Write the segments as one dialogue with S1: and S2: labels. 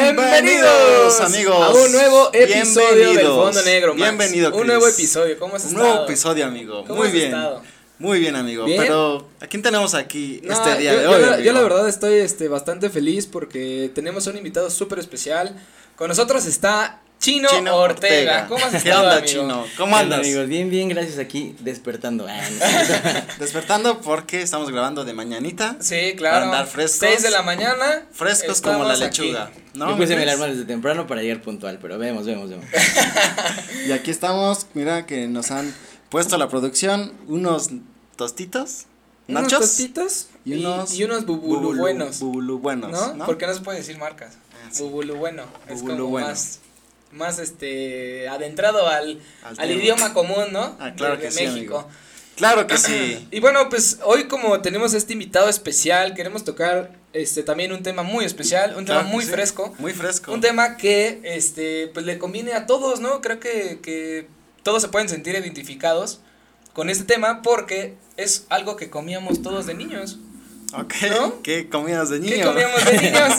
S1: Bienvenidos amigos
S2: a un nuevo episodio del Fondo Negro. Max.
S1: Bienvenido. Chris.
S2: Un nuevo episodio. ¿Cómo has
S1: Un
S2: estado?
S1: nuevo episodio, amigo.
S2: ¿Cómo
S1: Muy
S2: has
S1: bien.
S2: estado?
S1: Muy bien, amigo.
S2: ¿Bien?
S1: Pero ¿a quién tenemos aquí
S2: No,
S1: este día
S2: yo,
S1: de
S2: yo
S1: hoy?
S2: la- yo,
S1: amigo?
S2: la verdad estoy este, bastante feliz porque tenemos un invitado súper especial. Con nosotros está Chino,
S1: Chino
S2: Ortega.
S1: Ortega.
S2: ¿Cómo has
S1: ¿Qué
S2: estado,
S1: onda,
S2: amigo?
S1: Chino? ¿Cómo andas?
S3: Amigos, bien, bien, gracias aquí despertando. Ah, no es cierto.
S1: Despertando porque estamos grabando de mañanita.
S2: Sí, claro.
S1: Para andar frescos.
S2: 6 de la mañana.
S1: Frescos como la
S2: estamos aquí.
S1: lechuga. ¿No? pues,
S3: Yo puse mi
S1: Chris?
S3: alarma desde temprano para llegar puntual, pero vemos, vemos, vemos.
S1: Y aquí estamos, mira que nos han puesto la producción unos tostitos,
S2: Unos
S1: nachos
S2: tostitos
S1: y unos
S2: y unos bubulu
S1: bubulu-
S2: buenos.
S1: bubulu buenos,
S2: ¿No?
S1: ¿no?
S2: Porque no se pueden decir marcas.
S1: Ah, sí.
S2: Bubulu bueno. es
S1: Bubulu
S2: como
S1: bueno.
S2: más, más este adentrado al,
S1: Al
S2: al
S1: tema.
S2: idioma común, ¿no?
S1: Ah, claro
S2: de, de
S1: que sí,
S2: México.
S1: amigo. Claro que sí.
S2: Y bueno, pues hoy como tenemos este invitado especial, queremos tocar este también un tema muy especial, un tema
S1: Claro que
S2: muy
S1: Ah, sí.
S2: fresco,
S1: Muy fresco.
S2: un tema que este pues le conviene a todos, ¿no? Creo que, que todos se pueden sentir identificados con este tema porque es algo que comíamos todos de niños.
S1: Ok,
S2: ¿No?
S1: ¿qué comidas de niño?
S2: ¿Qué comíamos de niños?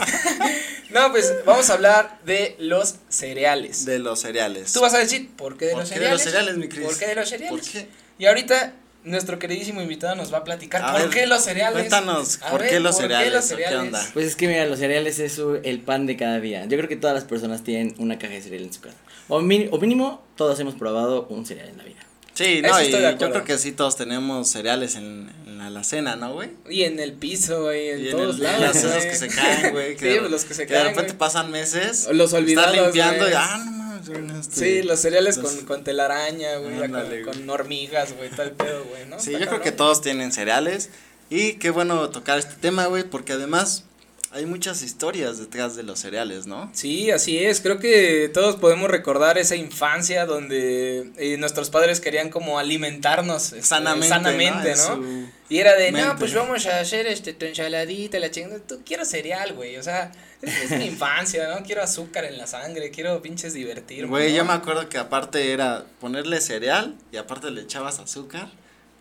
S2: no, pues vamos a hablar de los cereales.
S1: De los cereales.
S2: Tú vas a decir, ¿por qué de,
S1: ¿Por
S2: los,
S1: qué
S2: cereales?
S1: de los cereales, mi Cris?
S2: ¿Por qué de los cereales?
S1: ¿Por qué?
S2: Y ahorita nuestro queridísimo invitado nos va a platicar
S1: A
S2: por
S1: ver,
S2: qué los cereales.
S1: cuéntanos,
S2: A
S1: ¿por
S2: ver,
S1: qué los cereales? ¿O qué
S2: cereales?
S1: onda?
S3: Pues es que mira, los cereales es su- el pan de cada día. Yo creo que todas las personas tienen una caja de cereal en su casa. O, mi- o mínimo, todos hemos probado un cereal en la vida.
S1: Sí,
S2: Eso
S1: no, y
S2: estoy de
S1: yo
S2: acuerdo.
S1: creo que sí todos tenemos cereales en, en la alacena, ¿no, güey?
S2: Y en el piso, y en
S1: Y en
S2: todos
S1: el-
S2: lados.
S1: las esas
S2: güey.
S1: que se caen, güey.
S2: Sí,
S1: de-
S2: los que se
S1: De
S2: caen,
S1: repente
S2: güey.
S1: pasan meses.
S2: Los olvidados,
S1: Estás limpiando
S2: güey.
S1: y, ah, no mames, yo no estoy-
S2: Sí, los cereales
S1: los-
S2: con, con telaraña, güey, ya
S1: Ándale,
S2: con,
S1: güey.
S2: con hormigas, güey, tal pedo, güey, ¿no? Ah, Está
S1: Sí, yo creo que
S2: cabrón.
S1: todos tienen cereales. Y qué bueno tocar este tema, güey, porque además hay muchas historias detrás de los cereales, ¿no?
S2: Sí, así es. Creo que todos podemos recordar esa infancia donde eh, nuestros padres querían como alimentarnos este,
S1: Sanamente.
S2: sanamente,
S1: ¿no?
S2: ¿no?
S1: En su-
S2: Y era de, no,
S1: Mente.
S2: pues vamos a hacer este, tu ensaladita, la chingada. Tú quiero cereal, güey. O sea, es, es mi infancia, ¿no? Quiero azúcar en la sangre, quiero pinches divertirme.
S1: Güey,
S2: ¿no?
S1: yo me acuerdo que aparte era ponerle cereal y aparte le echabas azúcar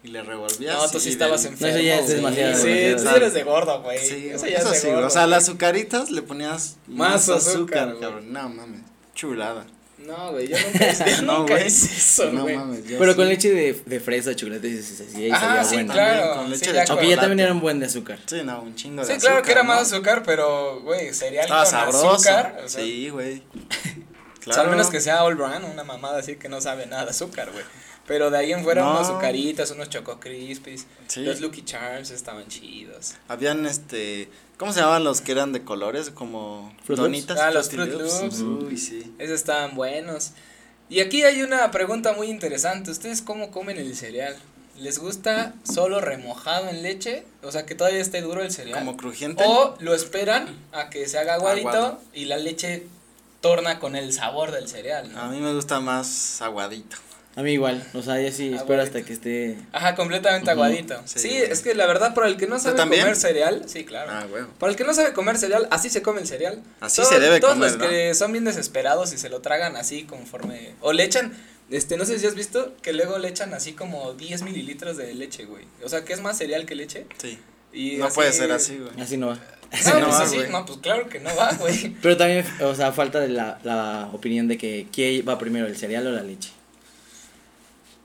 S1: y le revolvías.
S2: No, tú
S1: y
S2: sí
S1: del-
S2: estabas enfermo.
S3: eso ya es
S2: güey.
S3: demasiado,
S2: Sí,
S3: demasiado.
S2: tú sí eres de gordo, güey.
S1: Sí,
S2: eso
S1: eso,
S2: ya es de
S1: sí,
S2: gordo.
S1: güey. O sea, las azucaritas le ponías
S2: Más
S1: más,
S2: azúcar,
S1: azúcar,
S2: güey.
S1: cabrón. No mames, chulada.
S2: No, güey, yo nunca, hice- yo
S1: No,
S2: nunca
S1: güey.
S2: hice eso,
S1: no
S2: güey.
S1: mames, yo
S3: pero
S1: sí.
S3: con leche de, de fresa, chocolate, y así, así, ahí
S2: Ajá,
S3: sabía
S2: sí,
S3: bueno.
S2: claro.
S1: También con
S2: sí,
S1: leche
S2: de
S1: de
S2: acuerdo.
S1: chocolate.
S3: Porque ya también era un buen de azúcar.
S1: Sí, no, un chingo
S2: Sí,
S1: de
S2: claro que era
S1: ¿no?
S2: más azúcar, pero, güey, cereal
S1: Estaba
S2: con
S1: Ah, sabroso.
S2: azúcar. o sea,
S1: sí, güey.
S2: o sea, al menos que sea all brand, una mamada así que no sabe nada de azúcar, güey. Pero de ahí en fuera
S1: No.
S2: unas azucaritas, unos choco crispies,
S1: Sí.
S2: los Lucky Charms estaban chidos.
S1: Habían este. ¿Cómo se llamaban los que eran de colores? Como
S3: Fruit Loops.
S1: donitas.
S2: Ah, los
S1: Fruity
S2: Fruit Loops.
S1: Uy, sí.
S2: Esos estaban buenos. Y aquí hay una pregunta muy interesante. ¿Ustedes cómo comen el cereal? ¿Les gusta solo remojado en leche? O sea, que todavía esté duro el cereal.
S1: Como crujiente.
S2: o lo esperan a que se haga aguadito
S1: Aguado.
S2: y la leche torna con el sabor del cereal. ¿no?
S1: A mí me gusta más aguadito.
S3: A mí igual, o sea, yo sí
S2: Ah,
S3: espero
S2: bueno.
S3: hasta que esté...
S2: Ajá, completamente
S3: Ujú.
S2: aguadito. Sí,
S1: Sí.
S2: es que la verdad, para el que no sabe
S1: también?
S2: comer cereal, sí, claro.
S1: Ah, huevo.
S2: Para el que no sabe comer cereal, así se come el cereal.
S1: Así se debe
S2: todos
S1: comer,
S2: Todos los que son bien desesperados y se lo tragan así conforme. O le echan, este, no sé si has visto que luego le echan así como 10 mililitros de leche, güey. O sea, que es más cereal que leche.
S1: Sí.
S2: Y
S1: no
S2: así-
S1: puede ser así, güey.
S3: Así no va.
S2: No,
S1: No
S2: pues
S1: va,
S2: así,
S1: güey.
S2: no, pues claro que no va, güey.
S3: Pero también, o sea, falta de la, la opinión de que ¿quién va primero, el cereal o la leche?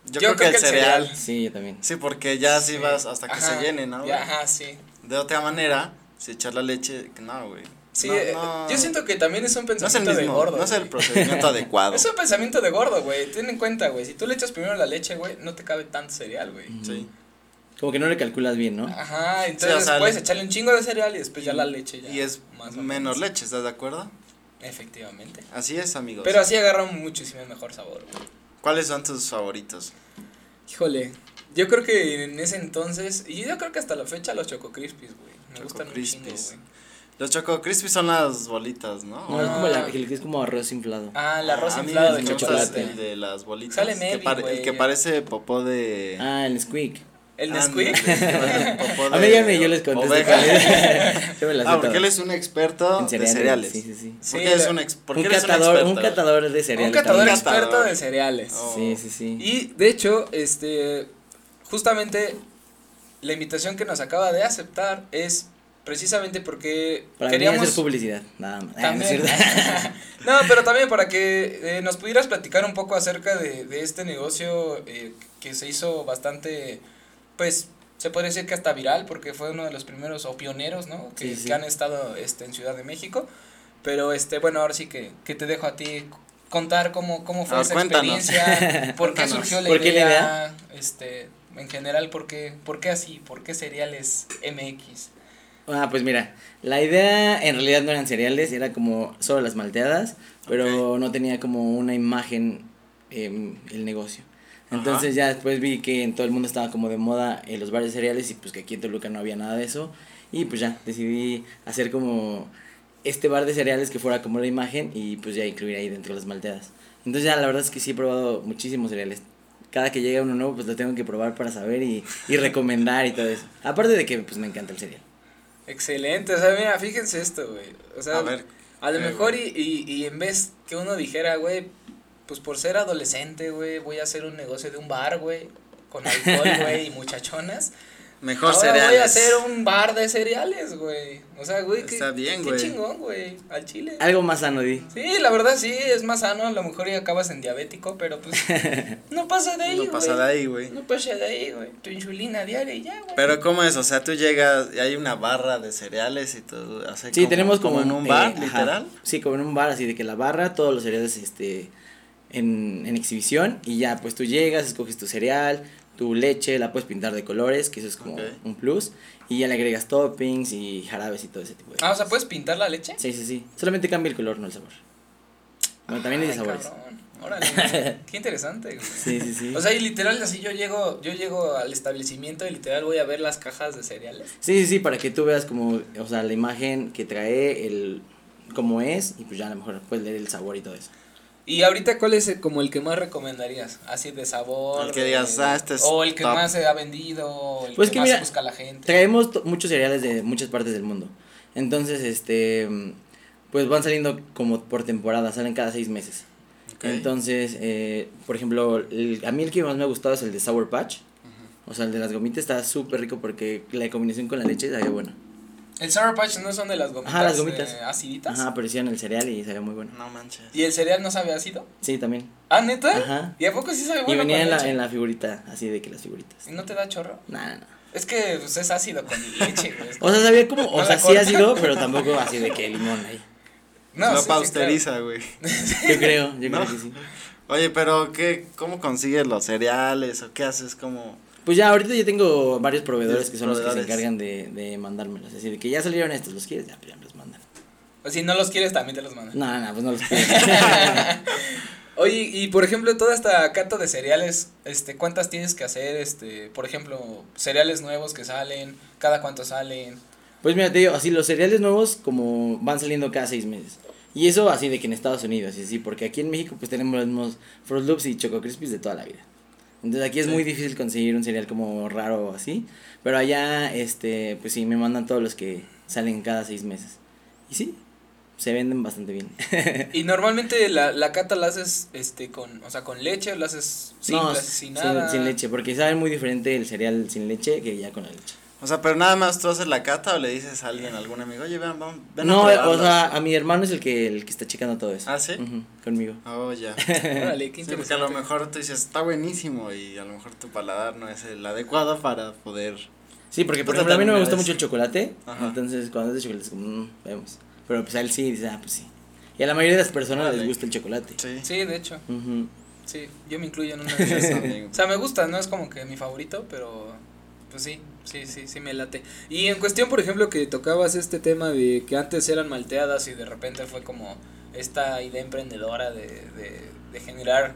S1: Yo, creo, que el cereal.
S3: Sí, yo también.
S1: Sí, porque ya así
S2: Sí.
S1: vas hasta que
S2: Ajá,
S1: se llene, ¿no?
S2: ya,
S1: güey?
S2: Ajá, sí.
S1: De otra manera, si echar la leche, que no, güey.
S2: Sí,
S1: No,
S2: eh,
S1: no.
S2: yo siento que también es un
S1: No es el
S2: pensamiento de
S1: mismo,
S2: gordo.
S1: no es el
S2: güey.
S1: procedimiento adecuado.
S2: Es un pensamiento de gordo, güey. Ten en cuenta, güey. Si tú le echas primero la leche, güey, no te cabe tanto cereal, güey.
S1: Sí.
S3: Como que no le calculas bien,
S1: Ah,
S3: ¿no?
S2: Ajá, entonces
S1: sea,
S2: puedes
S1: le-
S2: echarle un chingo de cereal y después ya la leche ya.
S1: Y es
S2: más o
S1: menos
S2: menos.
S1: leche, ¿estás de acuerdo?
S2: Efectivamente.
S1: Así es, amigos.
S2: Pero así agarra un muchísimo mejor sabor. güey.
S1: ¿Cuáles son tus favoritos?
S2: Híjole, yo creo que en ese entonces, y yo creo que hasta la fecha los Choco Crispies, güey. Me
S1: Choco
S2: gustan un chingo,
S1: Crispies.
S2: güey.
S1: Los Choco Crispy son las bolitas, ¿no?
S3: No, es como
S1: ah.
S3: la, el que es como arroz inflado.
S2: Ah, el arroz
S1: A mí
S2: inflado
S1: me
S2: de
S1: gusta
S2: chocolate.
S1: El de las bolitas.
S2: Sale
S1: que
S2: Melvin,
S1: pare-
S2: güey.
S1: El que parece popó de.
S3: Ah, el squeak.
S2: El
S1: Ándale,
S2: Nesquik.
S1: que parece popó
S3: A
S1: de
S3: mí díganme y yo les contesto.
S1: oveja.
S3: yo me la sé
S1: Ah, porque
S3: todas.
S1: él es un experto
S3: En
S1: de cereales.
S3: Sí, sí, sí.
S2: Sí,
S1: ¿Por qué es
S2: la-
S1: un, ex- por qué
S3: Un
S1: eres un
S3: catador, un
S1: experto?
S3: catador de cereales.
S2: Un catador
S3: también.
S1: también.
S2: experto de
S1: Catador.
S2: cereales.
S1: Oh.
S3: Sí, sí, sí.
S2: Y de hecho, este justamente la invitación que nos acaba de aceptar es precisamente porque
S3: Para
S2: queríamos...
S3: mí hacer publicidad, nada más. Ah, no es
S2: También.
S1: ¿eh?
S3: cierto.
S2: no, pero también para que eh, nos pudieras platicar un poco acerca de, de este negocio eh, que se hizo bastante, pues, se podría decir que hasta viral, porque fue uno de los primeros o pioneros, ¿no? Que,
S3: Sí, sí.
S2: que han estado este, en Ciudad de México. Pero, este, bueno, ahora sí que, que te dejo a ti contar cómo, cómo fue
S1: Ah,
S2: esa
S1: cuéntanos.
S2: experiencia, por qué
S1: Cuéntanos.
S2: surgió la
S3: ¿Por qué
S2: idea,
S3: la
S2: este, en general, por qué, por qué así, por qué cereales MX.
S3: Ah, pues mira, la idea en realidad no eran cereales, era como solo las malteadas, pero no tenía como una imagen em, el negocio. Entonces
S1: Ajá.
S3: ya después vi que en todo el mundo estaba como de moda en los bares de cereales y pues que aquí en Toluca no había nada de eso. Y pues ya decidí hacer como este bar de cereales que fuera como la imagen y pues ya incluir ahí dentro las malteadas. Entonces ya la verdad es que sí he probado muchísimos cereales. Cada que llega uno nuevo pues lo tengo que probar para saber y, y recomendar y todo eso. Aparte de que pues me encanta el cereal.
S2: Excelente, o sea, mira, fíjense esto, güey. O sea,
S1: A ver.
S2: a lo
S1: eh,
S2: mejor y,
S1: güey.
S2: y, y en vez que uno dijera, güey, pues por ser adolescente, güey, voy a hacer un negocio de un bar, güey, con alcohol, güey, y muchachonas.
S1: Mejor
S2: ahora
S1: cereales.
S2: voy a hacer un bar de cereales, güey. O sea, güey, qué,
S1: Está bien,
S2: qué
S1: güey.
S2: chingón, güey, al chile.
S3: Algo más sano, Di.
S2: Sí, la verdad sí, es más sano, a lo mejor ya acabas en diabético, pero pues no pasa de ahí, güey.
S1: No pasa de ahí, güey.
S2: No pasa de ahí, güey. Tu insulina diaria y ya, güey.
S1: Pero ¿cómo es? O sea, tú llegas y hay una barra de cereales y todo. así
S3: Sí,
S1: como-
S3: tenemos como,
S1: en un
S3: eh,
S1: bar,
S3: ajá.
S1: literal.
S3: Sí, como en un bar, así de que la barra, todos los cereales este, en, en exhibición y ya, pues tú llegas, escoges tu cereal, tu leche, la puedes pintar de colores, que eso es como
S1: Ok.
S3: un plus, y ya le agregas toppings y jarabes y todo ese tipo de
S2: Ah, o sea, ¿puedes pintar la leche?
S3: Sí, sí, sí. Solamente cambia el color, no el sabor. Bueno, también hay de
S2: Ay,
S3: sabores.
S2: cabrón. Órale, qué interesante. güey.
S3: Sí, sí, sí.
S2: O sea, y literal así yo llego, yo llego al establecimiento y literal voy a ver las cajas de cereales.
S3: Sí, sí, sí, para que tú veas como, o sea, la imagen que trae, el cómo es, y pues ya a lo mejor puedes leer el sabor y todo eso.
S2: Y ahorita cuál es eh, como el que más recomendarías, así de sabor.
S1: El que
S2: de-
S1: digas, "Ah, este es
S2: O el que
S1: top".
S2: más se ha vendido, o el
S3: Pues
S2: que,
S3: que
S2: más
S3: mira,
S2: busca la gente.
S3: Traemos to- muchos cereales de muchas partes del mundo. Entonces, este, mm, pues van saliendo como por temporada, salen cada seis meses.
S1: Ok.
S3: Entonces, eh, por ejemplo, el- a mí el que más me ha gustado es el de Sour Patch. O sea, el de las gomitas está súper rico porque la combinación con la leche sabía buena.
S2: El Sour Patch no son de las gomitas,
S3: las gomitas.
S2: eh, aciditas.
S3: Ajá, pero hicieron el cereal y sabía muy bueno.
S1: No manches.
S2: Y el cereal no sabe ácido.
S3: Sí, también.
S2: Ah, neta?
S3: Ajá.
S2: ¿Y a poco sí sabe
S3: Y
S2: bueno
S3: venía
S2: con
S3: en la,
S2: leche?
S3: en la figurita, así de que las figuritas.
S2: ¿Y no te da chorro?
S3: Nah, nah.
S2: Es que pues, es ácido con leche, güey.
S3: O sea, sabía como,
S2: No
S3: o
S2: la
S3: sea, sí
S2: corta.
S3: ácido, pero tampoco así de que limón ahí.
S2: No,
S1: no
S2: sí, sí, claro.
S1: pasteuriza, güey.
S3: Yo creo, yo
S1: No.
S3: creo que sí.
S1: Oye, pero ¿qué, ¿cómo consigues los cereales o qué haces? como
S3: Pues ya, ahorita yo tengo varios proveedores
S1: Los
S3: que son los que se
S1: proveedores.
S3: encargan de, de mandármelos. Es decir, que ya salieron estos, ¿los quieres? Ya, pues ya me los mandan.
S2: O si no los quieres, también te los mandan.
S3: No, no, no, pues no los quiero.
S2: Oye, y por ejemplo, toda esta cata de cereales, este, ¿cuántas tienes que hacer? Este, por ejemplo, cereales nuevos que salen, cada cuánto salen.
S3: pues mira, te digo, así los cereales nuevos como van saliendo cada seis meses. Y eso así de que en Estados Unidos, y así, porque aquí en México pues tenemos los mismos Fruit Loops y Choco Crispies de toda la vida. Entonces aquí es muy difícil conseguir un cereal como raro o así. Pero allá, este, pues sí, me mandan todos los que salen cada seis meses. Y sí, se venden bastante bien.
S2: Y normalmente la, la cata la haces este con, o sea, con leche, la haces sin,
S3: no,
S2: la haces sin nada.
S3: pues, sin leche, porque sabe muy diferente el cereal sin leche que ya con la leche.
S1: O sea, pero nada más tú haces la cata o le dices a alguien, a algún amigo, oye, ven, vamos, ven
S3: no,
S1: a
S3: eh,
S1: probarlas".
S3: o sea, a mi hermano es el que, el que está checando todo eso.
S1: ¿Ah, sí?
S3: Ujú, conmigo.
S1: Oh, ya.
S2: Órale, qué
S1: Sí, porque a lo
S2: interesante.
S1: mejor tú dices, está buenísimo y a lo mejor tu paladar no es el adecuado para poder...
S3: Sí, porque por
S1: Pues,
S3: ejemplo, a mí no me
S1: determinadas.
S3: gusta mucho el chocolate,
S1: Ajá.
S3: entonces cuando es de chocolate es como, "Mm, vemos. Pero pues a él sí, dice, ah, pues sí. Y a la mayoría de las personas
S1: Órale.
S3: les gusta el chocolate.
S1: Sí.
S2: Sí, de hecho.
S3: Ujú.
S2: Sí, yo me incluyo en una de esas.
S1: Amigo.
S2: O sea, me gusta, no es como que mi favorito, pero pues sí, sí, sí, sí me late. Y en cuestión, por ejemplo, que tocabas este tema de que antes eran malteadas y de repente fue como esta idea emprendedora de, de, de generar,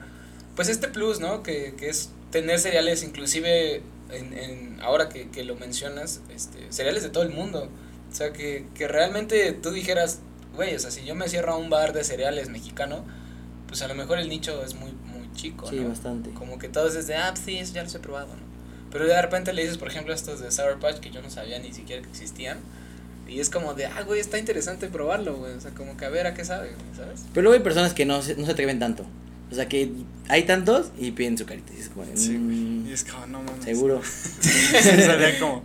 S2: pues este plus, ¿no? Que, que es tener cereales, inclusive en, en- ahora que, que lo mencionas, este, cereales de todo el mundo. O sea, que, que realmente tú dijeras, güey, o sea, si yo me cierro a un bar de cereales mexicano, pues a lo mejor el nicho es muy, muy chico,
S3: Sí,
S2: ¿no?
S3: bastante.
S2: Como que todos desde, ah, sí, eso ya los he probado, ¿no? Pero de repente le dices, por ejemplo, estos de Sour Patch que yo no sabía ni siquiera que existían. Y es como de, ah, güey, está interesante probarlo, güey. O sea, como que a ver a qué sabe, güey, ¿sabes?
S3: Pero luego hay personas que no se, no se atreven tanto. O sea, que hay tantos y piden su carita. Y es como,
S1: Sí, güey.
S3: "Mm,
S1: Y es como, no mames.
S3: seguro.
S1: Sí, sería como,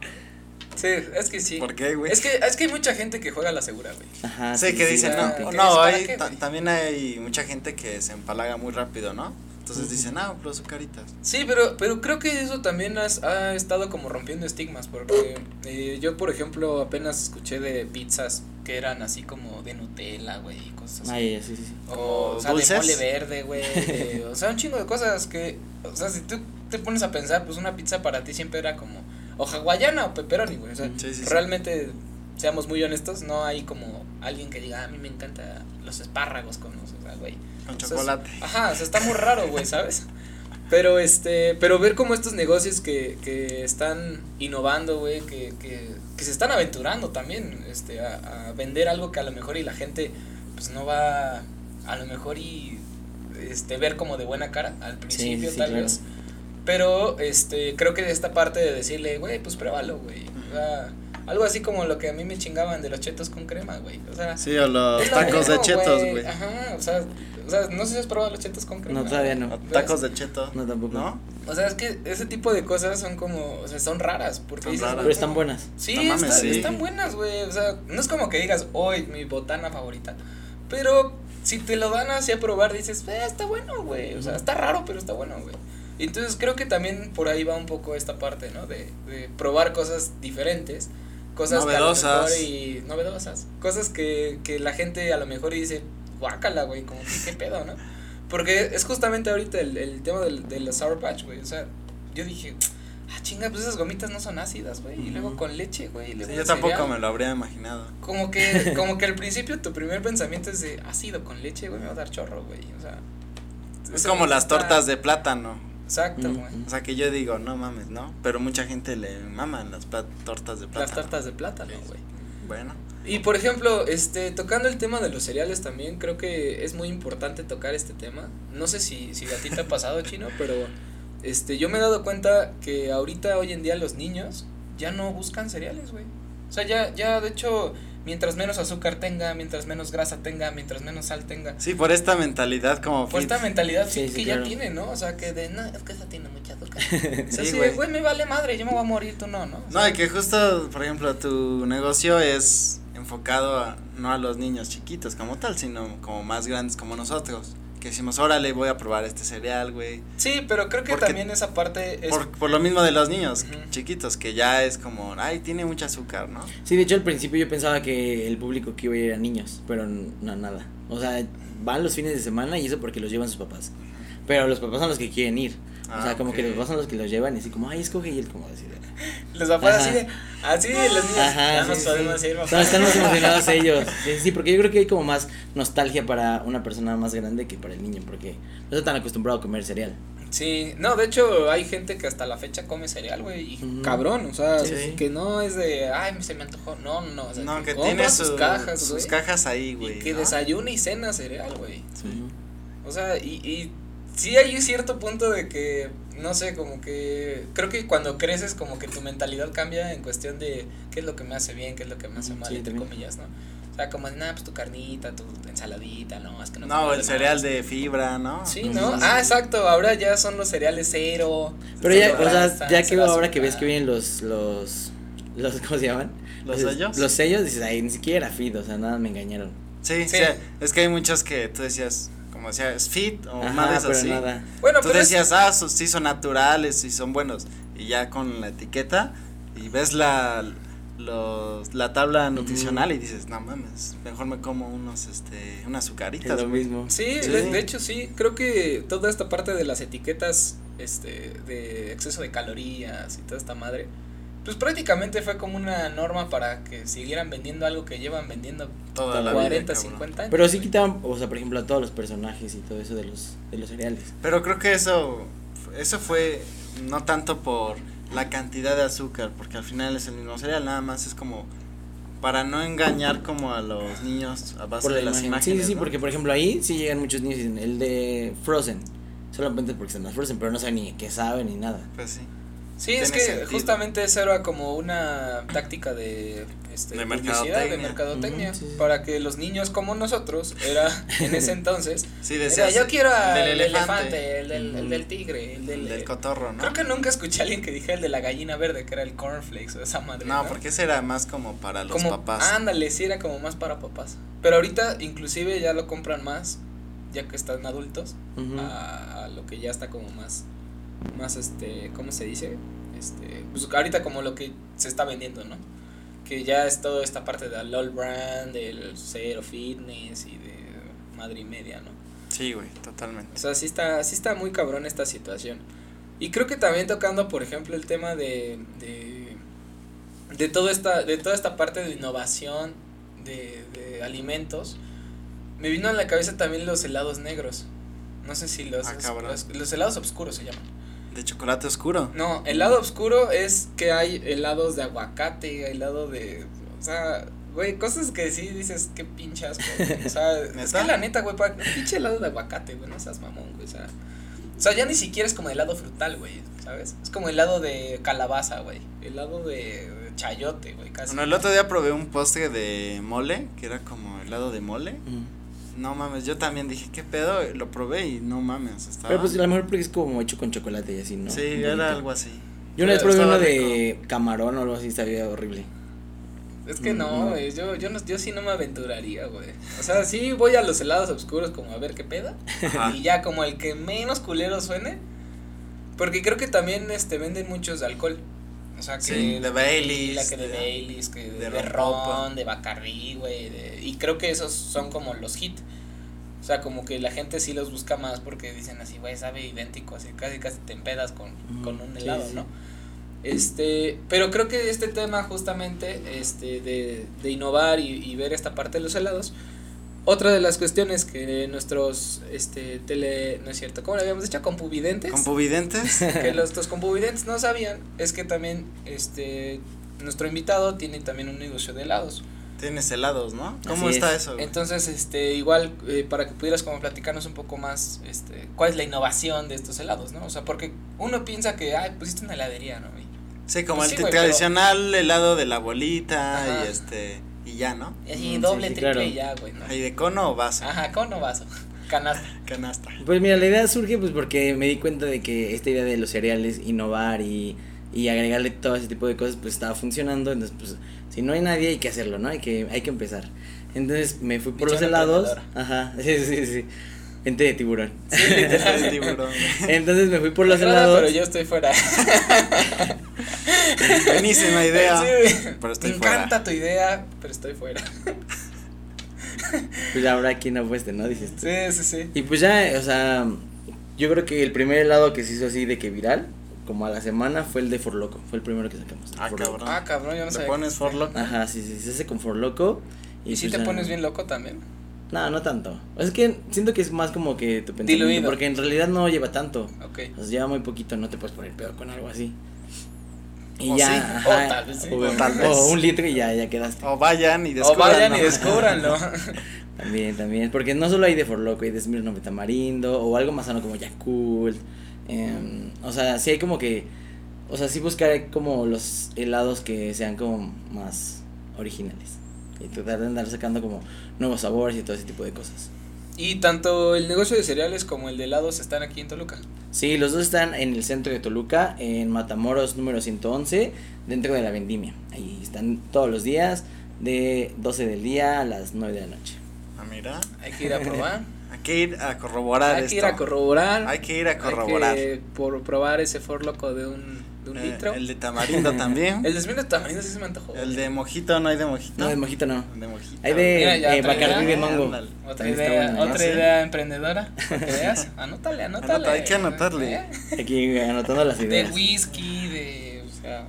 S2: Sí, es que sí.
S1: ¿Por qué, güey?
S2: Es que, es que hay mucha gente que juega a la segura, güey.
S3: Ajá.
S1: sé
S3: sí,
S1: que
S3: sí,
S1: dicen,
S3: sí,
S2: ah,
S3: sí.
S1: no,
S2: ¿qué
S1: no,
S2: crees?
S1: hay,
S2: ¿Para qué,
S1: ta-
S2: güey?
S1: también hay mucha gente que se empalaga muy rápido, ¿no? Entonces dicen, ah, pero azucaritas.
S2: Sí, pero, pero creo que eso también has- ha estado como rompiendo estigmas, porque eh, yo, por ejemplo, apenas escuché de pizzas que eran así como de Nutella, güey, y cosas así.
S3: Ay, sí, sí, sí.
S2: O, o sea,
S1: ¿Dulces?
S2: de mole verde, güey. de- O sea, un chingo de cosas que, o sea, si tú te pones a pensar, pues una pizza para ti siempre era como o hawaiana o pepperoni, güey. O sea,
S1: Sí, sí, sí.
S2: realmente, seamos muy honestos, no hay como alguien que diga, a mí me encanta los espárragos con los, o sea, güey.
S1: Con
S2: Entonces,
S1: chocolate.
S2: Ajá, o sea, está muy raro, güey, ¿sabes? Pero este, pero ver como estos negocios que, que están innovando, güey, que, que, que se están aventurando también, este, a, a vender algo que a lo mejor y la gente, pues no va, a lo mejor y, este, ver como de buena cara al principio
S3: sí,
S2: tal
S3: claro.
S2: vez. Pero, este, creo que esta parte de decirle, güey, pues pruébalo, güey. o sea, algo así como lo que a mí me chingaban de los chetos con crema, güey. O sea,
S1: Sí, o los
S2: es lo
S1: tacos de
S2: mismo,
S1: chetos, güey.
S2: Ajá, o sea, o sea, no sé si has probado los chetos con crema.
S3: No, todavía
S1: O
S3: no.
S1: Tacos de cheto.
S3: No, tampoco.
S1: ¿No?
S2: O sea, es que ese tipo de cosas son como, o sea, son raras. Porque
S1: Son
S2: dices,
S1: raras.
S3: Pero están buenas.
S2: Sí,
S1: No mames,
S2: están,
S1: sí.
S2: están buenas, güey. O sea, no es como que digas, hoy mi botana favorita. Pero si te lo dan así a probar, dices, "Eh, está bueno, güey. O sea, está raro, pero está bueno, güey. Entonces creo que también por ahí va un poco esta parte, ¿no? De, de probar cosas diferentes, cosas que a lo
S1: Novedosas.
S2: mejor y novedosas. Cosas que, que la gente a lo mejor dice, guácala, güey, como que qué pedo, ¿no? Porque es justamente ahorita el, el tema del, del Sour Patch, güey. O sea, yo dije, ah, chinga, pues esas gomitas no son ácidas, güey. Y luego
S1: Ujú.
S2: con leche, güey. y luego
S1: Sí,
S2: en
S1: yo tampoco
S2: cereal.
S1: me lo habría imaginado.
S2: Como que, como que al principio tu primer pensamiento es de ácido con leche, güey, me va a dar chorro, güey. O sea. pues
S1: Es como las tortas de plátano.
S2: Exacto,
S3: Mm,
S2: güey.
S3: mm.
S1: O sea, que yo digo, no mames, ¿no? Pero mucha gente le maman las pla- tortas de plátano.
S2: Las tortas de plátano, güey.
S1: Bueno.
S2: Y por ejemplo, este, tocando el tema de los cereales también, creo que es muy importante tocar este tema. No sé si, si a ti te ha pasado, Chino, pero este, yo me he dado cuenta que ahorita, hoy en día, los niños ya no buscan cereales, güey. O sea, ya, ya, de hecho, mientras menos azúcar tenga, mientras menos grasa tenga, mientras menos sal tenga,
S1: Sí, por esta mentalidad como
S2: Por
S1: fit.
S2: esta mentalidad
S3: Sí,
S2: fit
S3: sí,
S2: que
S3: claro.
S2: ya tiene, ¿no? O sea, que de, no, es que esa tiene mucha azúcar. O sea,
S1: Sí,
S2: sí,
S1: güey.
S2: güey, me vale madre, yo me voy a morir, tú no, ¿no? O
S1: No,
S2: sea,
S1: y que justo, por ejemplo, tu negocio es enfocado a- no a los niños chiquitos como tal, sino como más grandes como nosotros. Que decimos, órale, voy a probar este cereal, güey.
S2: Sí, pero creo que
S1: Porque-
S2: también esa parte es...
S1: Por, por lo mismo de los niños
S2: Ujú.
S1: chiquitos, que ya es como, ay, tiene mucho azúcar, ¿no?
S3: Sí, de hecho al principio yo pensaba que el público que iba a ir era niños, pero n- no, nada. O sea, van los fines de semana y eso porque los llevan sus papás. Pero los papás son los que quieren ir. O
S1: Ah,
S3: sea, como que
S1: ok.
S3: los papás son los que los llevan y así como, ay, escoge y él como decir.
S2: Los papás
S3: Ajá.
S2: así de... Así de los niños.
S3: Ajá,
S2: ya
S3: sí,
S2: nos
S3: sí,
S2: podemos
S3: sí.
S2: ir, papá.
S3: No, están más emocionados ellos. Sí, sí, porque yo creo que hay como más nostalgia para una persona más grande que para el niño, porque no está tan acostumbrado a comer cereal.
S2: Sí, no, de hecho hay gente que hasta la fecha come cereal, güey, y
S3: Ujú.
S2: cabrón, o sea,
S3: Sí, sí.
S2: que no es de, ay, se me antojó, no, no, no, o sea,
S1: no, que
S2: compra
S1: tiene su-
S2: sus cajas,
S1: sus
S2: güey,
S1: cajas ahí,
S2: y
S1: güey.
S2: que
S1: ¿no?
S2: desayuna y cena cereal, güey.
S1: Sí.
S2: O sea, y, y sí hay un cierto punto de que, no sé, como que creo que cuando creces como que tu mentalidad cambia en cuestión de qué es lo que me hace bien, qué es lo que me hace mal,
S3: Sí,
S2: entre
S3: también.
S2: comillas, ¿no? O sea, como, nada, pues tu carnita, tu ensaladita, no, es que no.
S1: No,
S2: como
S1: el
S2: demás".
S1: cereal de fibra, ¿no?
S2: Sí, ¿no? Ah, exacto, ahora ya son los cereales cero.
S3: Pero
S2: cero
S3: ya, o sea,
S2: grasa,
S3: ya que
S2: cero
S3: ahora que ves
S2: azúcar.
S3: que vienen los, los, los, ¿cómo se llaman?
S1: ¿Los sellos?
S3: Los sellos, dices, ay, ni siquiera era fit, o sea, nada, me engañaron.
S1: Sí,
S2: Sí.
S1: sí, es que hay muchos que tú decías, como decías, fit o
S3: Ajá,
S1: Oh, madres
S3: pero
S1: así.
S3: nada.
S2: Bueno,
S1: tú
S2: pero es-
S1: decías, ah, so- sí son naturales, sí son buenos. Y ya con la etiqueta y ves la los, la tabla nutricional y dices, no mames, mejor me como unos este unas
S3: Es
S1: azucaritas.
S3: lo
S1: güey".
S3: mismo.
S2: Sí,
S1: Sí.
S2: De, de hecho sí, creo que toda esta parte de las etiquetas este, de exceso de calorías y toda esta madre, pues prácticamente fue como una norma para que siguieran vendiendo algo que llevan vendiendo
S1: Toda la
S2: 40,
S1: vida, cabrón.
S2: 50 años.
S3: Pero sí
S2: güey.
S3: quitaban, o sea, por ejemplo, a todos los personajes y todo eso de los, de los cereales.
S1: Pero creo que eso eso fue no tanto por la cantidad de azúcar, porque al final es el mismo cereal, nada más es como para no engañar como a los niños a base
S3: Por la
S1: de las
S3: imagen.
S1: imágenes.
S3: Sí, sí, sí,
S1: ¿no?
S3: porque por ejemplo ahí sí llegan muchos niños y dicen, el de Frozen. Solamente porque están las Frozen, pero no saben ni qué saben ni nada.
S1: Pues sí.
S2: Sí, es
S1: Tiene
S2: que
S1: sentido.
S2: justamente esa era como una táctica de, este,
S1: De
S2: publicidad, de
S1: mercadotecnia.
S2: mercadotecnia,
S3: Ujú, sí, sí.
S2: para que los niños como nosotros, era en ese entonces,
S1: Sí,
S2: era,
S1: decías.
S2: yo quiero al
S1: del
S2: del elefante, el del, el
S3: Ujú.
S2: del tigre, el del... eh,
S1: el del cotorro, ¿no?
S2: Creo que nunca escuché a alguien que dijera el de la gallina verde, que era el cornflakes o esa madre.
S1: No, porque ese era más como para los
S2: como, ah,
S1: papás.
S2: Ándale, sí, era como más para papás. Pero ahorita inclusive ya lo compran más, ya que están adultos,
S3: Ujú.
S1: Ah.
S2: a, a lo que ya está como más, más este, ¿cómo se dice? Este, pues ahorita como lo que se está vendiendo, ¿no? Que ya es toda esta parte del LOL brand, del cero fitness y de madre y media, ¿no?
S1: Sí, güey, totalmente.
S2: O sea, sí está, sí está muy cabrón esta situación. Y creo que también tocando, por ejemplo, el tema de, de, de, todo esta, de toda esta parte de innovación de, de alimentos, me vino a la cabeza también los helados negros. No sé si los,
S1: Ah, cabrón.
S2: los, los helados oscuros se llaman.
S1: De chocolate oscuro.
S2: No, helado oscuro es que hay helados de aguacate, helado de... O sea, güey, cosas que sí dices, qué pinche asco. güey. O sea, es
S1: ¿Neta?
S2: que la neta, güey, para un pinche helado de aguacate, güey, no seas mamón, güey. O sea, o sea, ya ni siquiera es como helado frutal, güey, ¿sabes? Es como helado de calabaza, güey. Helado de de chayote, güey, casi.
S1: Bueno, el otro día probé un postre de mole, que era como helado de mole.
S3: Ujú.
S1: No mames, yo también dije, ¿qué pedo? Lo probé y no mames, estaba.
S3: Pero pues a lo mejor porque es como hecho con chocolate y así, ¿no?
S1: Ah. sí,
S3: Un poquito.
S1: era algo así.
S3: Yo una vez
S1: Pero
S3: probé uno
S1: estaba
S3: de camarón o algo así, sabía horrible.
S2: Es que no,
S3: Mm.
S2: güey, yo, yo, no, yo sí no me aventuraría, güey. O sea, sí voy a los helados oscuros como a ver qué pedo.
S1: Ajá.
S2: Y ya como el que menos culero suene. Porque creo que también este venden muchos de alcohol. O sea, que
S1: Sí, de Baileys,
S2: la que de
S1: de-
S2: Baileys, que de,
S1: de
S2: de
S1: ropa.
S2: ron, de Bacardi, güey. de- Y creo que esos son como los hit. O sea, como que la gente sí los busca más porque dicen así, güey, sabe idéntico, así casi casi te empedas con,
S1: Mm,
S3: Ujú,
S2: con un
S3: sí,
S2: helado,
S3: sí.
S2: ¿no? Este, pero creo que este tema justamente este, de, de innovar y, y ver esta parte de los helados, otra de las cuestiones que nuestros este, tele, no es cierto, ¿cómo le habíamos dicho? Compuvidentes.
S1: Con puvidentes.
S2: que los, los compuvidentes no sabían es que también este, nuestro invitado tiene también un negocio de helados.
S1: Tienes helados, ¿no? ¿Cómo
S3: Así
S1: está
S3: es.
S1: eso? güey?
S2: Entonces, este, igual, eh, para que pudieras como platicarnos un poco más, este, cuál es la innovación de estos helados, ¿no? O sea, porque uno piensa que, ay, pusiste una heladería, ¿no? Y-
S1: sí, como
S2: pues
S1: el
S2: sí, güey,
S1: tradicional helado de la bolita
S2: Ajá.
S1: y este. Y ya, ¿no?
S2: Y así
S3: Mm,
S2: doble,
S3: sí, sí,
S2: triple
S3: claro.
S2: y ya, güey, ¿no?
S1: ¿Hay de cono o vaso?
S2: Ajá, con no vaso. Canasta.
S1: Canasta.
S3: Pues mira, la idea surge pues porque me di cuenta de que esta idea de los cereales, innovar y, y agregarle todo ese tipo de cosas pues estaba funcionando, entonces pues si no hay nadie hay que hacerlo, ¿no? Hay que, hay que empezar. Entonces me fui por
S2: Visión
S3: los helados.
S2: emprendedora.
S3: Ajá, sí, sí, sí. Gente de tiburón.
S2: Sí,
S1: Este
S2: literal.
S1: tiburón. güey.
S3: Entonces me fui por los
S2: Claro,
S3: helados.
S2: Pero yo estoy fuera.
S1: Buenísima idea.
S2: Sí, güey.
S1: Pero estoy
S2: Me
S1: fuera.
S2: encanta tu idea, pero estoy fuera.
S3: Pues ahora quién apueste, ¿no? Dices tú.
S2: Sí, sí, sí.
S3: Y pues ya, o sea, yo creo que el primer helado que se hizo así de que viral, como a la semana, fue el de Forloco. Fue el primero que sacamos. el
S1: Ah,
S3: Forloco.
S1: cabrón.
S2: Ah, cabrón, yo no Ah.
S1: Le
S2: sabía.
S1: pones
S2: que-
S1: forloco.
S3: Ajá, sí, sí, se hace con Forloco.
S2: ¿Y si
S3: pues
S2: te
S3: ya-
S2: pones bien loco también?
S3: No, no tanto. Es que siento que es más como que tu pensamiento.
S2: Diluido.
S3: Porque en realidad no lleva tanto.
S2: Ok.
S3: O sea, lleva muy poquito, no te puedes poner pedo con algo así. Y
S1: O
S3: ya.
S1: sí,
S2: o
S3: ajá,
S2: tal vez sí.
S3: o,
S1: O tal vez.
S3: o un litro y ya, ya quedaste.
S1: O vayan y
S2: O
S1: descubran.
S2: vayan y
S1: ¿no?
S2: descúbranlo.
S3: También, también. Porque no solo hay de Forloco, hay de Smirnoff de Tamarindo, o algo más sano como Yakult. em, o sea, sí hay como que. O sea, sí buscar como los helados que sean como más originales. Y tratar de andar sacando como nuevos sabores y todo ese tipo de cosas.
S2: y tanto el negocio de cereales como el de helados están aquí en Toluca.
S3: Sí, los dos están en el centro de Toluca, en Matamoros número 111, dentro de la vendimia. Ahí están todos los días, de 12 del día a las 9 de la noche.
S1: Ah, mira.
S2: Hay que ir a probar.
S1: Hay que ir a corroborar
S2: hay que ir
S1: esto.
S2: a corroborar.
S1: Hay que ir a
S2: Hay que
S1: corroborar.
S2: por probar ese forloco de un, de un
S1: Eh,
S2: litro.
S1: el de tamarindo también.
S2: El desmino también sí se me antojó.
S1: El de mojito, no hay de mojito.
S3: No, de mojito no.
S1: De mojito.
S3: Hay de
S2: Mira, ya
S3: eh,
S2: traía.
S3: Bacardí de mango.
S1: Ándale.
S2: Otra
S3: También está
S2: idea,
S3: bueno, ¿no?
S2: otra
S1: Sí.
S2: idea emprendedora. para que veas. Anótale, anótale.
S1: Anota, hay que anotarle.
S2: ¿Eh?
S3: Aquí anotando las
S2: De
S3: ideas.
S2: whisky, de. O sea,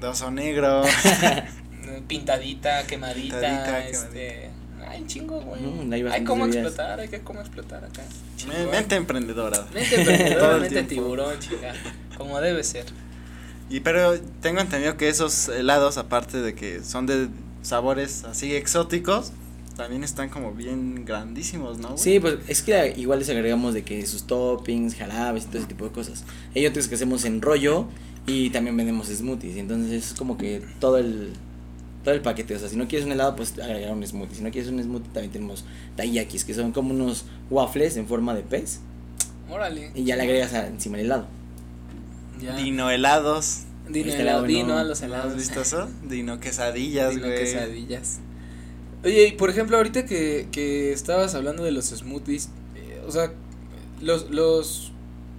S1: De oso negro.
S2: pintadita, quemadita.
S1: Pintadita,
S2: este. Ay, un chingo, güey.
S3: Mm, hay
S2: hay
S3: bastantes
S2: cómo
S3: ideas.
S2: explotar, hay que cómo explotar acá.
S1: Me-
S2: Chingón.
S1: Mente emprendedora.
S2: Mente emprendedora,
S1: Todo el
S2: mente
S1: tiempo.
S2: tiburón, chica. Como debe ser.
S1: Y pero tengo entendido que esos helados, aparte de que son de sabores así exóticos, también están como bien grandísimos, ¿no? güey?
S3: Sí, pues es que igual les agregamos de que sus toppings, jarabes y todo ese tipo de cosas. Hay otros que hacemos en rollo Y también vendemos smoothies. Entonces es como que todo el, todo el paquete. O sea, si no quieres un helado, pues agregar un smoothie. Si no quieres un smoothie, también tenemos taiyakis, que son como unos waffles en forma de pez.
S2: Órale.
S3: Y ya le agregas a- encima el helado.
S2: Ya.
S1: Dino helados.
S2: Dino,
S3: Este
S2: helado,
S3: helado no.
S2: dino a los
S1: ¿Lo has
S2: helados.
S1: visto eso? Dino quesadillas,
S2: Dino
S1: güey.
S2: quesadillas. Oye, y por ejemplo, ahorita que, que estabas hablando de los smoothies, eh, o sea, los, los,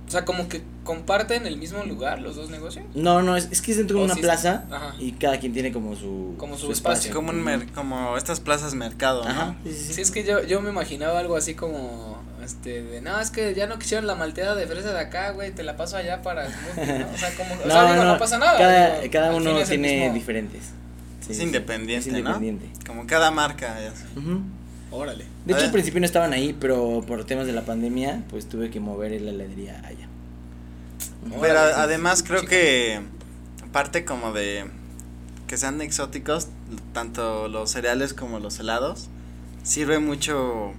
S2: o sea, como que comparten el mismo lugar los dos negocios.
S3: No, no, es, es que es dentro
S2: Oh,
S3: de una
S2: sí, sí.
S3: plaza
S2: Ajá.
S3: y cada quien tiene como su,
S2: Como su espacio.
S1: Como, un mer- como estas plazas mercado, ¿no?
S3: Ajá. Sí, sí, sí.
S2: Sí, es que yo, yo me imaginaba algo así como, este, de, no, es que ya no quisieron la malteada de fresa de acá, güey, te la paso allá para smoothie, ¿no? O sea, como, o sea, digo, no, pasa nada.
S3: Cada,
S2: digo,
S3: cada
S2: al fin
S3: uno
S2: es el
S3: tiene
S2: mismo-
S3: diferentes. Sí,
S1: Es
S3: sí, sí.
S1: independiente,
S3: Es
S1: ¿no?
S3: independiente.
S1: Como cada marca. ya.
S3: Ujú.
S2: Órale.
S3: De
S1: A
S3: hecho,
S1: ver.
S3: al principio no estaban ahí, pero por temas de la pandemia, pues tuve que mover la heladería allá.
S2: Órale,
S1: Pero
S2: sí, sí,
S1: además
S2: sí,
S1: creo
S2: chica.
S1: que parte como de que sean exóticos, tanto los cereales como los helados, sirve mucho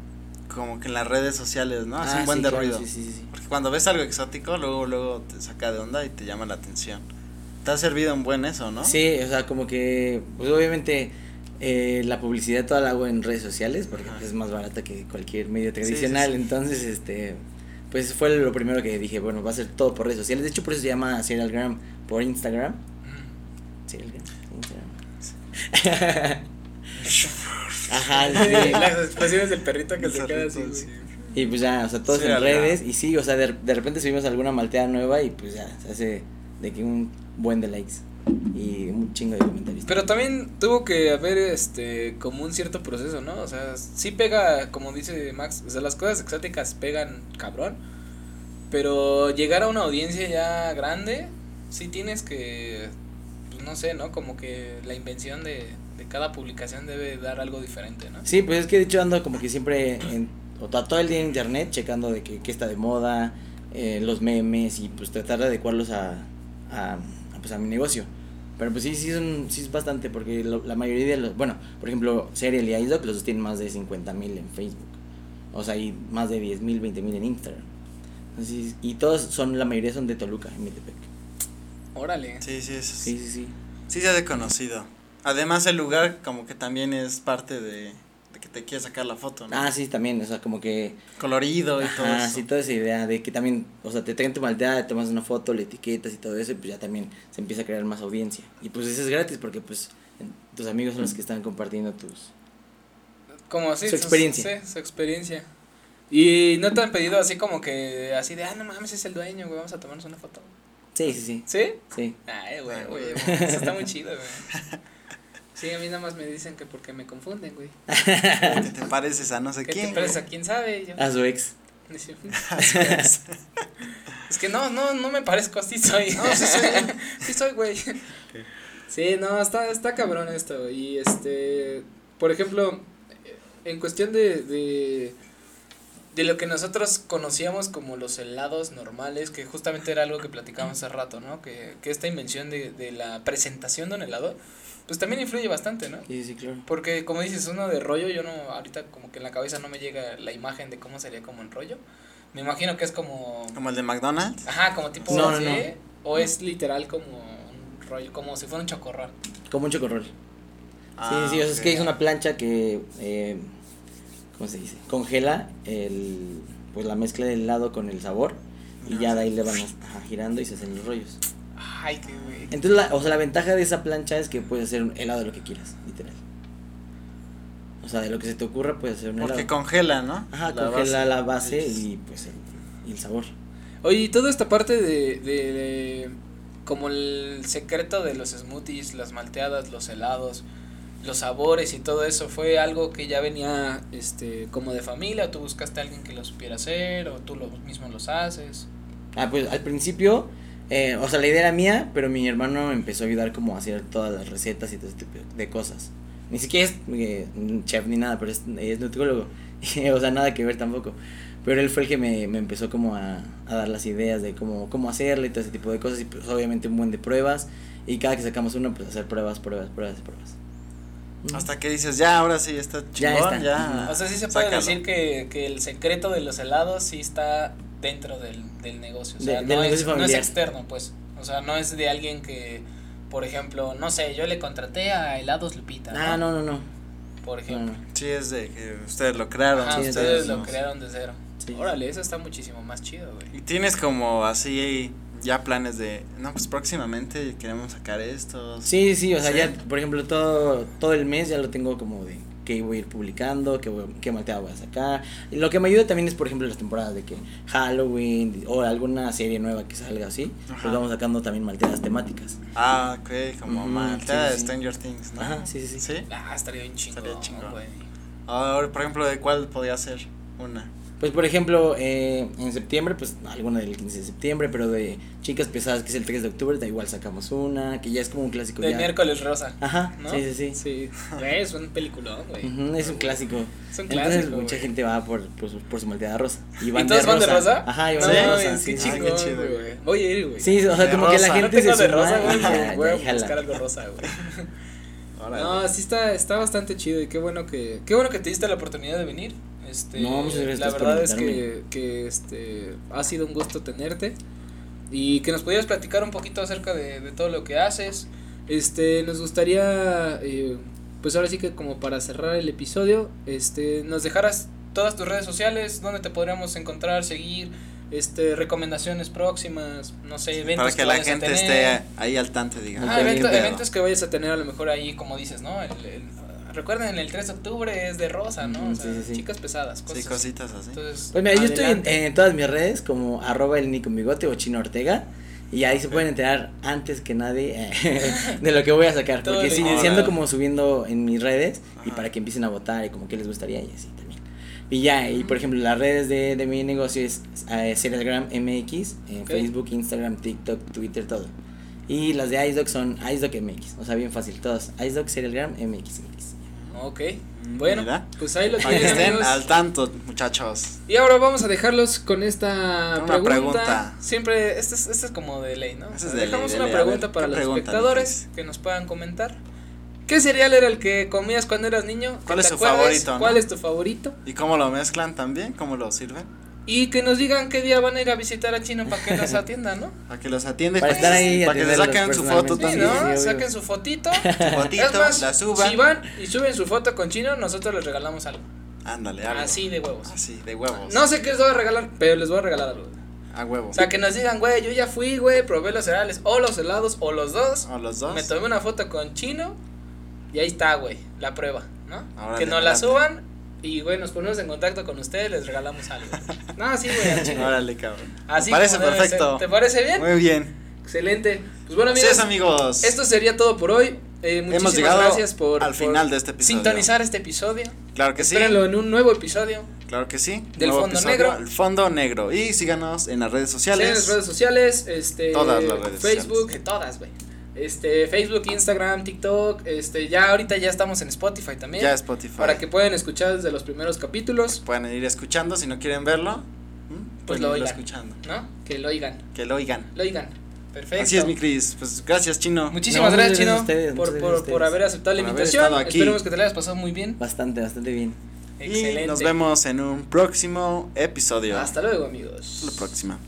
S1: como que en las redes sociales, ¿no? Hace
S3: Ah,
S1: un buen
S3: sí,
S1: de
S3: claro,
S1: ruido.
S3: sí, sí, sí.
S1: Porque cuando ves algo exótico, luego, luego te saca de onda y te llama la atención. Te ha servido un buen eso, ¿no?
S3: Sí, o sea, como que, pues obviamente eh, la publicidad toda la hago en redes sociales porque
S1: Ajá.
S3: pues, es más barata que cualquier medio
S1: sí,
S3: tradicional.
S1: sí.
S3: Entonces, este, pues fue lo primero que dije, bueno, va a ser todo por redes sociales. De hecho, por eso se llama Serialgram por Instagram. Serialgram, Instagram. Ajá,
S2: Sí,
S3: sí.
S2: las expresiones del perrito que
S1: El
S2: se queda así,
S1: zorrito,
S2: güey.
S1: sí.
S3: Y pues ya, o sea, todos
S1: Sí,
S3: en
S1: al-
S3: redes. Y sí, o sea, de, de repente subimos alguna malteada nueva y pues ya, se hace de que un buen de likes y un chingo de comentarios.
S2: Pero también tuvo que haber este como un cierto proceso, ¿no? O sea, sí pega, como dice Max, o sea, las cosas exóticas pegan cabrón, pero llegar a una audiencia ya grande, sí tienes que, pues no sé, ¿no? Como que la invención de, de cada publicación debe dar algo diferente, ¿no?
S3: Sí, pues es que de hecho ando como que siempre, en, o ta- todo el día en internet checando de que, qué está de moda, eh, los memes y pues tratar de adecuarlos a, a, a, pues, a mi negocio. Pero pues sí, sí, es un- sí es bastante porque lo- la mayoría de los, bueno, por ejemplo, Serial y iDoc los tienen más de 50 mil en Facebook. O sea, y más de 10 mil, 20 mil en Instagram. Entonces, y todos son, la mayoría son de Toluca, en Metepec.
S2: Órale.
S1: Sí, sí, eso
S3: Sí,
S1: sí.
S3: sí, sí.
S1: Sí se hace conocido. Además el lugar como que también es parte de, de que te quieres sacar la foto, ¿no?
S3: Ah, sí, también, o sea, como que
S1: Colorido y todo
S3: Ajá,
S1: eso.
S3: sí, toda esa idea de que también, o sea, te traen tu malteada, te tomas una foto, le etiquetas y todo eso, y pues ya también se empieza a crear más audiencia. Y pues eso es gratis porque pues en- tus amigos son los que están compartiendo tus...
S2: Como así.
S3: Su experiencia.
S2: Sí, su experiencia. Y no te han pedido así como que, así de, ah, no mames, es el dueño, güey, vamos a tomarnos una foto.
S3: Sí, sí, sí,
S2: ¿Sí?
S3: sí.
S2: Ay,
S1: Ah,
S2: güey,
S1: güey.
S2: güey, eso está muy chido, güey. Sí, a mí nada más me dicen que porque me confunden, güey.
S1: Que te pareces a no sé
S2: ¿Qué
S1: quién.
S2: te presa? ¿Quién Ah. sabe? Y yo,
S3: A su ex.
S2: dice,
S1: güey.
S2: es que no, no, no me parezco, así soy. No, sí soy, sí soy, güey. Sí, no, está, está cabrón esto. Y este, por ejemplo, en cuestión de, de, de lo que nosotros conocíamos como los helados normales, que justamente era algo que platicábamos hace rato, ¿no? Que, que esta invención de, de la presentación de un helado, pues también influye bastante, ¿no?
S3: Sí, sí, claro.
S2: Porque como dices, uno de rollo, yo no, ahorita como que en la cabeza no me llega la imagen de cómo sería como en rollo. Me imagino que es como...
S1: Como el de McDonald's.
S2: Ajá, como tipo...
S3: No, no,
S2: así,
S3: no.
S2: O es literal como un rollo, como si fuera un chocorrol.
S3: Con mucho corrol.
S1: Ah,
S3: sí, sí, o sea, es
S1: ok.
S3: que es una plancha que, eh, ¿cómo se dice? Congela el, pues la mezcla del helado con el sabor y ya de ahí le van ajá, girando y se hacen los rollos.
S2: Ay, qué güey.
S3: Entonces, la, o sea, la ventaja de esa plancha es que puedes hacer un helado de lo que quieras, literal. O sea, de lo que se te ocurra puedes hacer un
S1: Porque
S3: helado.
S1: congela, ¿no?
S3: Ajá,
S1: La
S3: congela
S1: base.
S3: la base
S1: Sí,
S3: y pues el, y el sabor.
S2: Oye, y toda esta parte de, de, de- como el secreto de los smoothies, las malteadas, los helados, los sabores y todo eso, ¿fue algo que ya venía este como de familia? ¿O tú buscaste a alguien que lo supiera hacer? ¿O tú lo mismo los haces?
S3: Ah, pues al principio, eh, o sea, la idea era mía, pero mi hermano me empezó a ayudar como a hacer todas las recetas y todo ese tipo de cosas. Ni siquiera es eh, un chef ni nada, pero es, es nutriólogo. o sea, nada que ver tampoco. Pero él fue el que me, me empezó como a, a dar las ideas de cómo, cómo hacerla y todo ese tipo de cosas. Y pues obviamente un buen de pruebas. Y cada que sacamos una, pues hacer pruebas, pruebas, pruebas, pruebas. Ujú.
S1: Hasta que dices, ya, ahora sí, está
S3: está.
S1: chingón, ya.
S3: Ajá.
S2: O sea, sí se puede
S1: sácalo.
S2: decir que, que el secreto de los helados sí está dentro del, del negocio. O sea,
S3: De- del
S2: no,
S3: negocio
S2: es, no es
S3: familiar.
S2: externo, pues. O O sea, no es de alguien que, por ejemplo, no sé, yo le contraté a Helados Lupita.
S3: Ah, no, no, no.
S2: Por ejemplo.
S3: No, no.
S1: Sí, es de que ustedes lo crearon.
S2: Ajá,
S3: sí,
S1: ustedes
S2: ustedes lo
S1: no.
S2: crearon de cero.
S3: Sí.
S2: Órale, eso está muchísimo más chido, güey.
S1: Y tienes como así ya planes de, no, pues próximamente queremos sacar estos.
S3: Sí, sí, o sea,
S1: Sí.
S3: ya, por ejemplo, todo, todo el mes ya lo tengo como de que voy a ir publicando, que, voy, que malteada voy a sacar. Y Lo que me ayuda también es, por ejemplo, las temporadas de que Halloween o alguna serie nueva que salga así,
S1: Ajá.
S3: pues vamos sacando también malteadas temáticas.
S1: Ah, ok, como
S3: Ujú,
S1: Malta,
S3: sí, sí.
S1: Stranger Things, ¿no?
S3: Ajá, sí, sí, sí.
S2: Ah, estaría bien chingón,
S1: Estaría chingón.
S2: güey.
S1: Ahora, por ejemplo, ¿de cuál podría ser una?
S3: Pues, por ejemplo, eh, en septiembre, pues alguna del 15 de septiembre, pero de Chicas Pesadas, que es el 3 de octubre, da igual sacamos una, que ya es como un clásico.
S2: De
S3: ya.
S2: miércoles rosa.
S3: Ajá,
S2: ¿no?
S3: sí, sí, sí.
S2: Sí. Güey, es un peliculón, güey.
S3: Ujú, es un clásico.
S2: Es un
S3: Entonces,
S2: clásico,
S3: mucha
S2: güey.
S3: gente va por, por, su- por su malteada rosa. Y
S2: todos van de rosa?
S3: Ajá, y
S2: No,
S3: van de
S2: mames,
S3: rosa.
S2: qué
S3: Sí, sí.
S1: Ah, qué
S2: chingón,
S1: chido,
S2: güey.
S1: güey.
S2: Voy a ir, güey.
S3: Sí, o sea,
S1: De
S3: como que
S1: rosa.
S3: la
S2: Ah, no
S3: gente
S2: tengo
S3: se
S2: de
S3: suma
S2: rosa, güey.
S3: y ya,
S2: Voy a
S3: ya, jala.
S2: buscar algo rosa, güey.
S1: Ahora,
S2: No, sí está, está bastante chido y qué bueno que qué bueno que te diste la oportunidad de venir. Este,
S3: No, muchas gracias
S2: la
S3: por
S2: verdad es que,
S3: invitarme.
S2: que este ha sido un gusto tenerte y que nos pudieras platicar un poquito acerca de, de todo lo que haces. Este, nos gustaría eh, pues ahora sí que como para cerrar el episodio, este nos dejaras todas tus redes sociales, donde te podríamos encontrar, seguir, este recomendaciones próximas, no sé, eventos
S1: para que la
S2: vayas a
S1: gente
S2: tener.
S1: esté ahí al tanto, digamos.
S2: Ah,
S3: Ok,
S2: evento-
S1: ¿Qué pedo?
S2: eventos que vayas a tener a lo mejor ahí, como dices, ¿no? El- el- recuerden, el 3 de octubre es de rosa, ¿no? O
S3: Ujú,
S2: sea,
S3: sí, sí, sí.
S2: chicas pesadas, cosas.
S1: Sí, cositas ¿eh? así.
S2: Entonces,
S3: Pues mira, yo estoy en,
S2: adelante.
S3: en todas mis redes como arroba el Nico Migote o Chino Ortega. Y ahí se pueden enterar antes que nadie eh, de lo que voy a sacar.
S2: Todo
S3: Porque
S2: el
S3: sí,
S2: día.
S3: sí ando como subiendo en mis redes y
S1: Ajá.
S3: para que empiecen a votar y como que les gustaría y así también. Y ya, y por ejemplo, las redes de, de mi negocio es eh, Serialgram MX, en
S2: Ok.
S3: Facebook, Instagram, TikTok, Twitter, todo. Y las de IceDoc son IceDoc MX, o sea, bien fácil, todas. IceDoc, Serialgram MX.
S2: Ok,
S1: Mm,
S2: bueno,
S1: mira.
S2: pues ahí lo
S1: Para que
S2: tienen,
S1: estén
S2: amigos.
S1: al tanto, muchachos.
S2: Y ahora vamos a dejarlos con esta
S1: Una
S2: pregunta.
S1: pregunta.
S2: Siempre, esta es, esta es como de ley, ¿no?
S1: Esta
S2: O sea,
S1: es de ley,
S2: Dejamos
S1: de
S2: una
S1: ley. A
S2: pregunta
S1: ver,
S2: para
S1: ¿qué
S2: los
S1: pregunta,
S2: espectadores que nos puedan comentar. ¿Qué cereal era el que comías cuando eras niño?
S1: ¿Cuál
S2: ¿Te
S1: es su
S2: acuerdas?
S1: favorito, no?
S2: ¿Cuál es tu favorito?
S1: ¿Y cómo lo mezclan también? ¿Cómo lo sirven?
S2: Y que nos digan qué día van a ir a visitar a Chino para que nos atiendan, ¿no?
S1: Para que los atiende pues,
S3: Para estar ahí,
S1: para que le
S3: atenderlos
S1: saquen su foto
S3: personalmente.
S2: Sí,
S1: también.
S2: ¿no?
S3: sí, obvio.
S2: Saquen su fotito.
S1: Su fotito,
S2: es más,
S1: la suban.
S2: si van y suben su foto con chino, nosotros les regalamos algo.
S1: Ándale, algo.
S2: Así de huevos.
S1: Así, de huevos.
S2: No sé qué les voy a regalar, pero les voy a regalar algo.
S1: A huevo.
S2: O sea, que nos digan, güey, yo ya fui, güey, probé los cereales o los helados o los dos.
S1: O Ah, los dos.
S2: Me tomé una foto con chino y ahí está, güey, la prueba, ¿no?
S1: Ahora
S2: que
S1: le
S2: nos la
S1: plate.
S2: suban y, güey, nos ponemos en contacto con ustedes, les regalamos algo. no, sí, güey, al chino.
S1: Órale, cabrón.
S2: Así
S1: Me parece
S2: como debe ser.
S1: perfecto.
S2: ¿Te parece bien?
S1: Muy bien.
S2: Excelente. Pues bueno,
S1: Así
S2: amigos,
S1: es, amigos.
S2: esto sería todo por hoy. Eh,
S1: Hemos
S2: muchísimas
S1: llegado
S2: gracias por,
S1: al
S2: por
S1: final de este episodio.
S2: sintonizar este episodio.
S1: Claro que sí.
S2: Espérenlo en un nuevo episodio.
S1: Claro que sí.
S2: Del fondo negro.
S1: El fondo negro. Y síganos en las redes
S2: Sigan
S1: sociales.
S2: las redes sociales, este,
S1: Todas las redes
S2: Facebook,
S1: sociales.
S2: eh, todas, güey. Este, Facebook, Instagram, TikTok, este, ya ahorita ya estamos en Spotify también.
S1: ya Spotify.
S2: Para que puedan escuchar desde los primeros capítulos,
S1: puedan ir escuchando. Si no quieren verlo, ¿m?
S2: Pues
S1: pueden
S2: lo
S1: irlo
S2: oigan.
S1: escuchando.
S2: ¿no? Que lo oigan,
S1: Que lo oigan.
S2: lo oigan. Perfecto.
S1: Así es, mi Cris. Pues gracias, Chino.
S2: Muchísimas
S3: No,
S2: gracias,
S3: muchas gracias
S2: Chino,
S3: a ustedes,
S2: por,
S3: muchas
S2: por-
S3: gracias a
S2: por
S3: ustedes.
S2: haber aceptado la
S1: Por haber
S2: invitación.
S1: estado aquí.
S2: Esperemos que te la hayas pasado muy bien.
S3: Bastante, bastante bien.
S1: Y
S2: Excelente.
S1: nos vemos en un próximo episodio.
S2: Hasta luego, amigos.
S1: la próxima.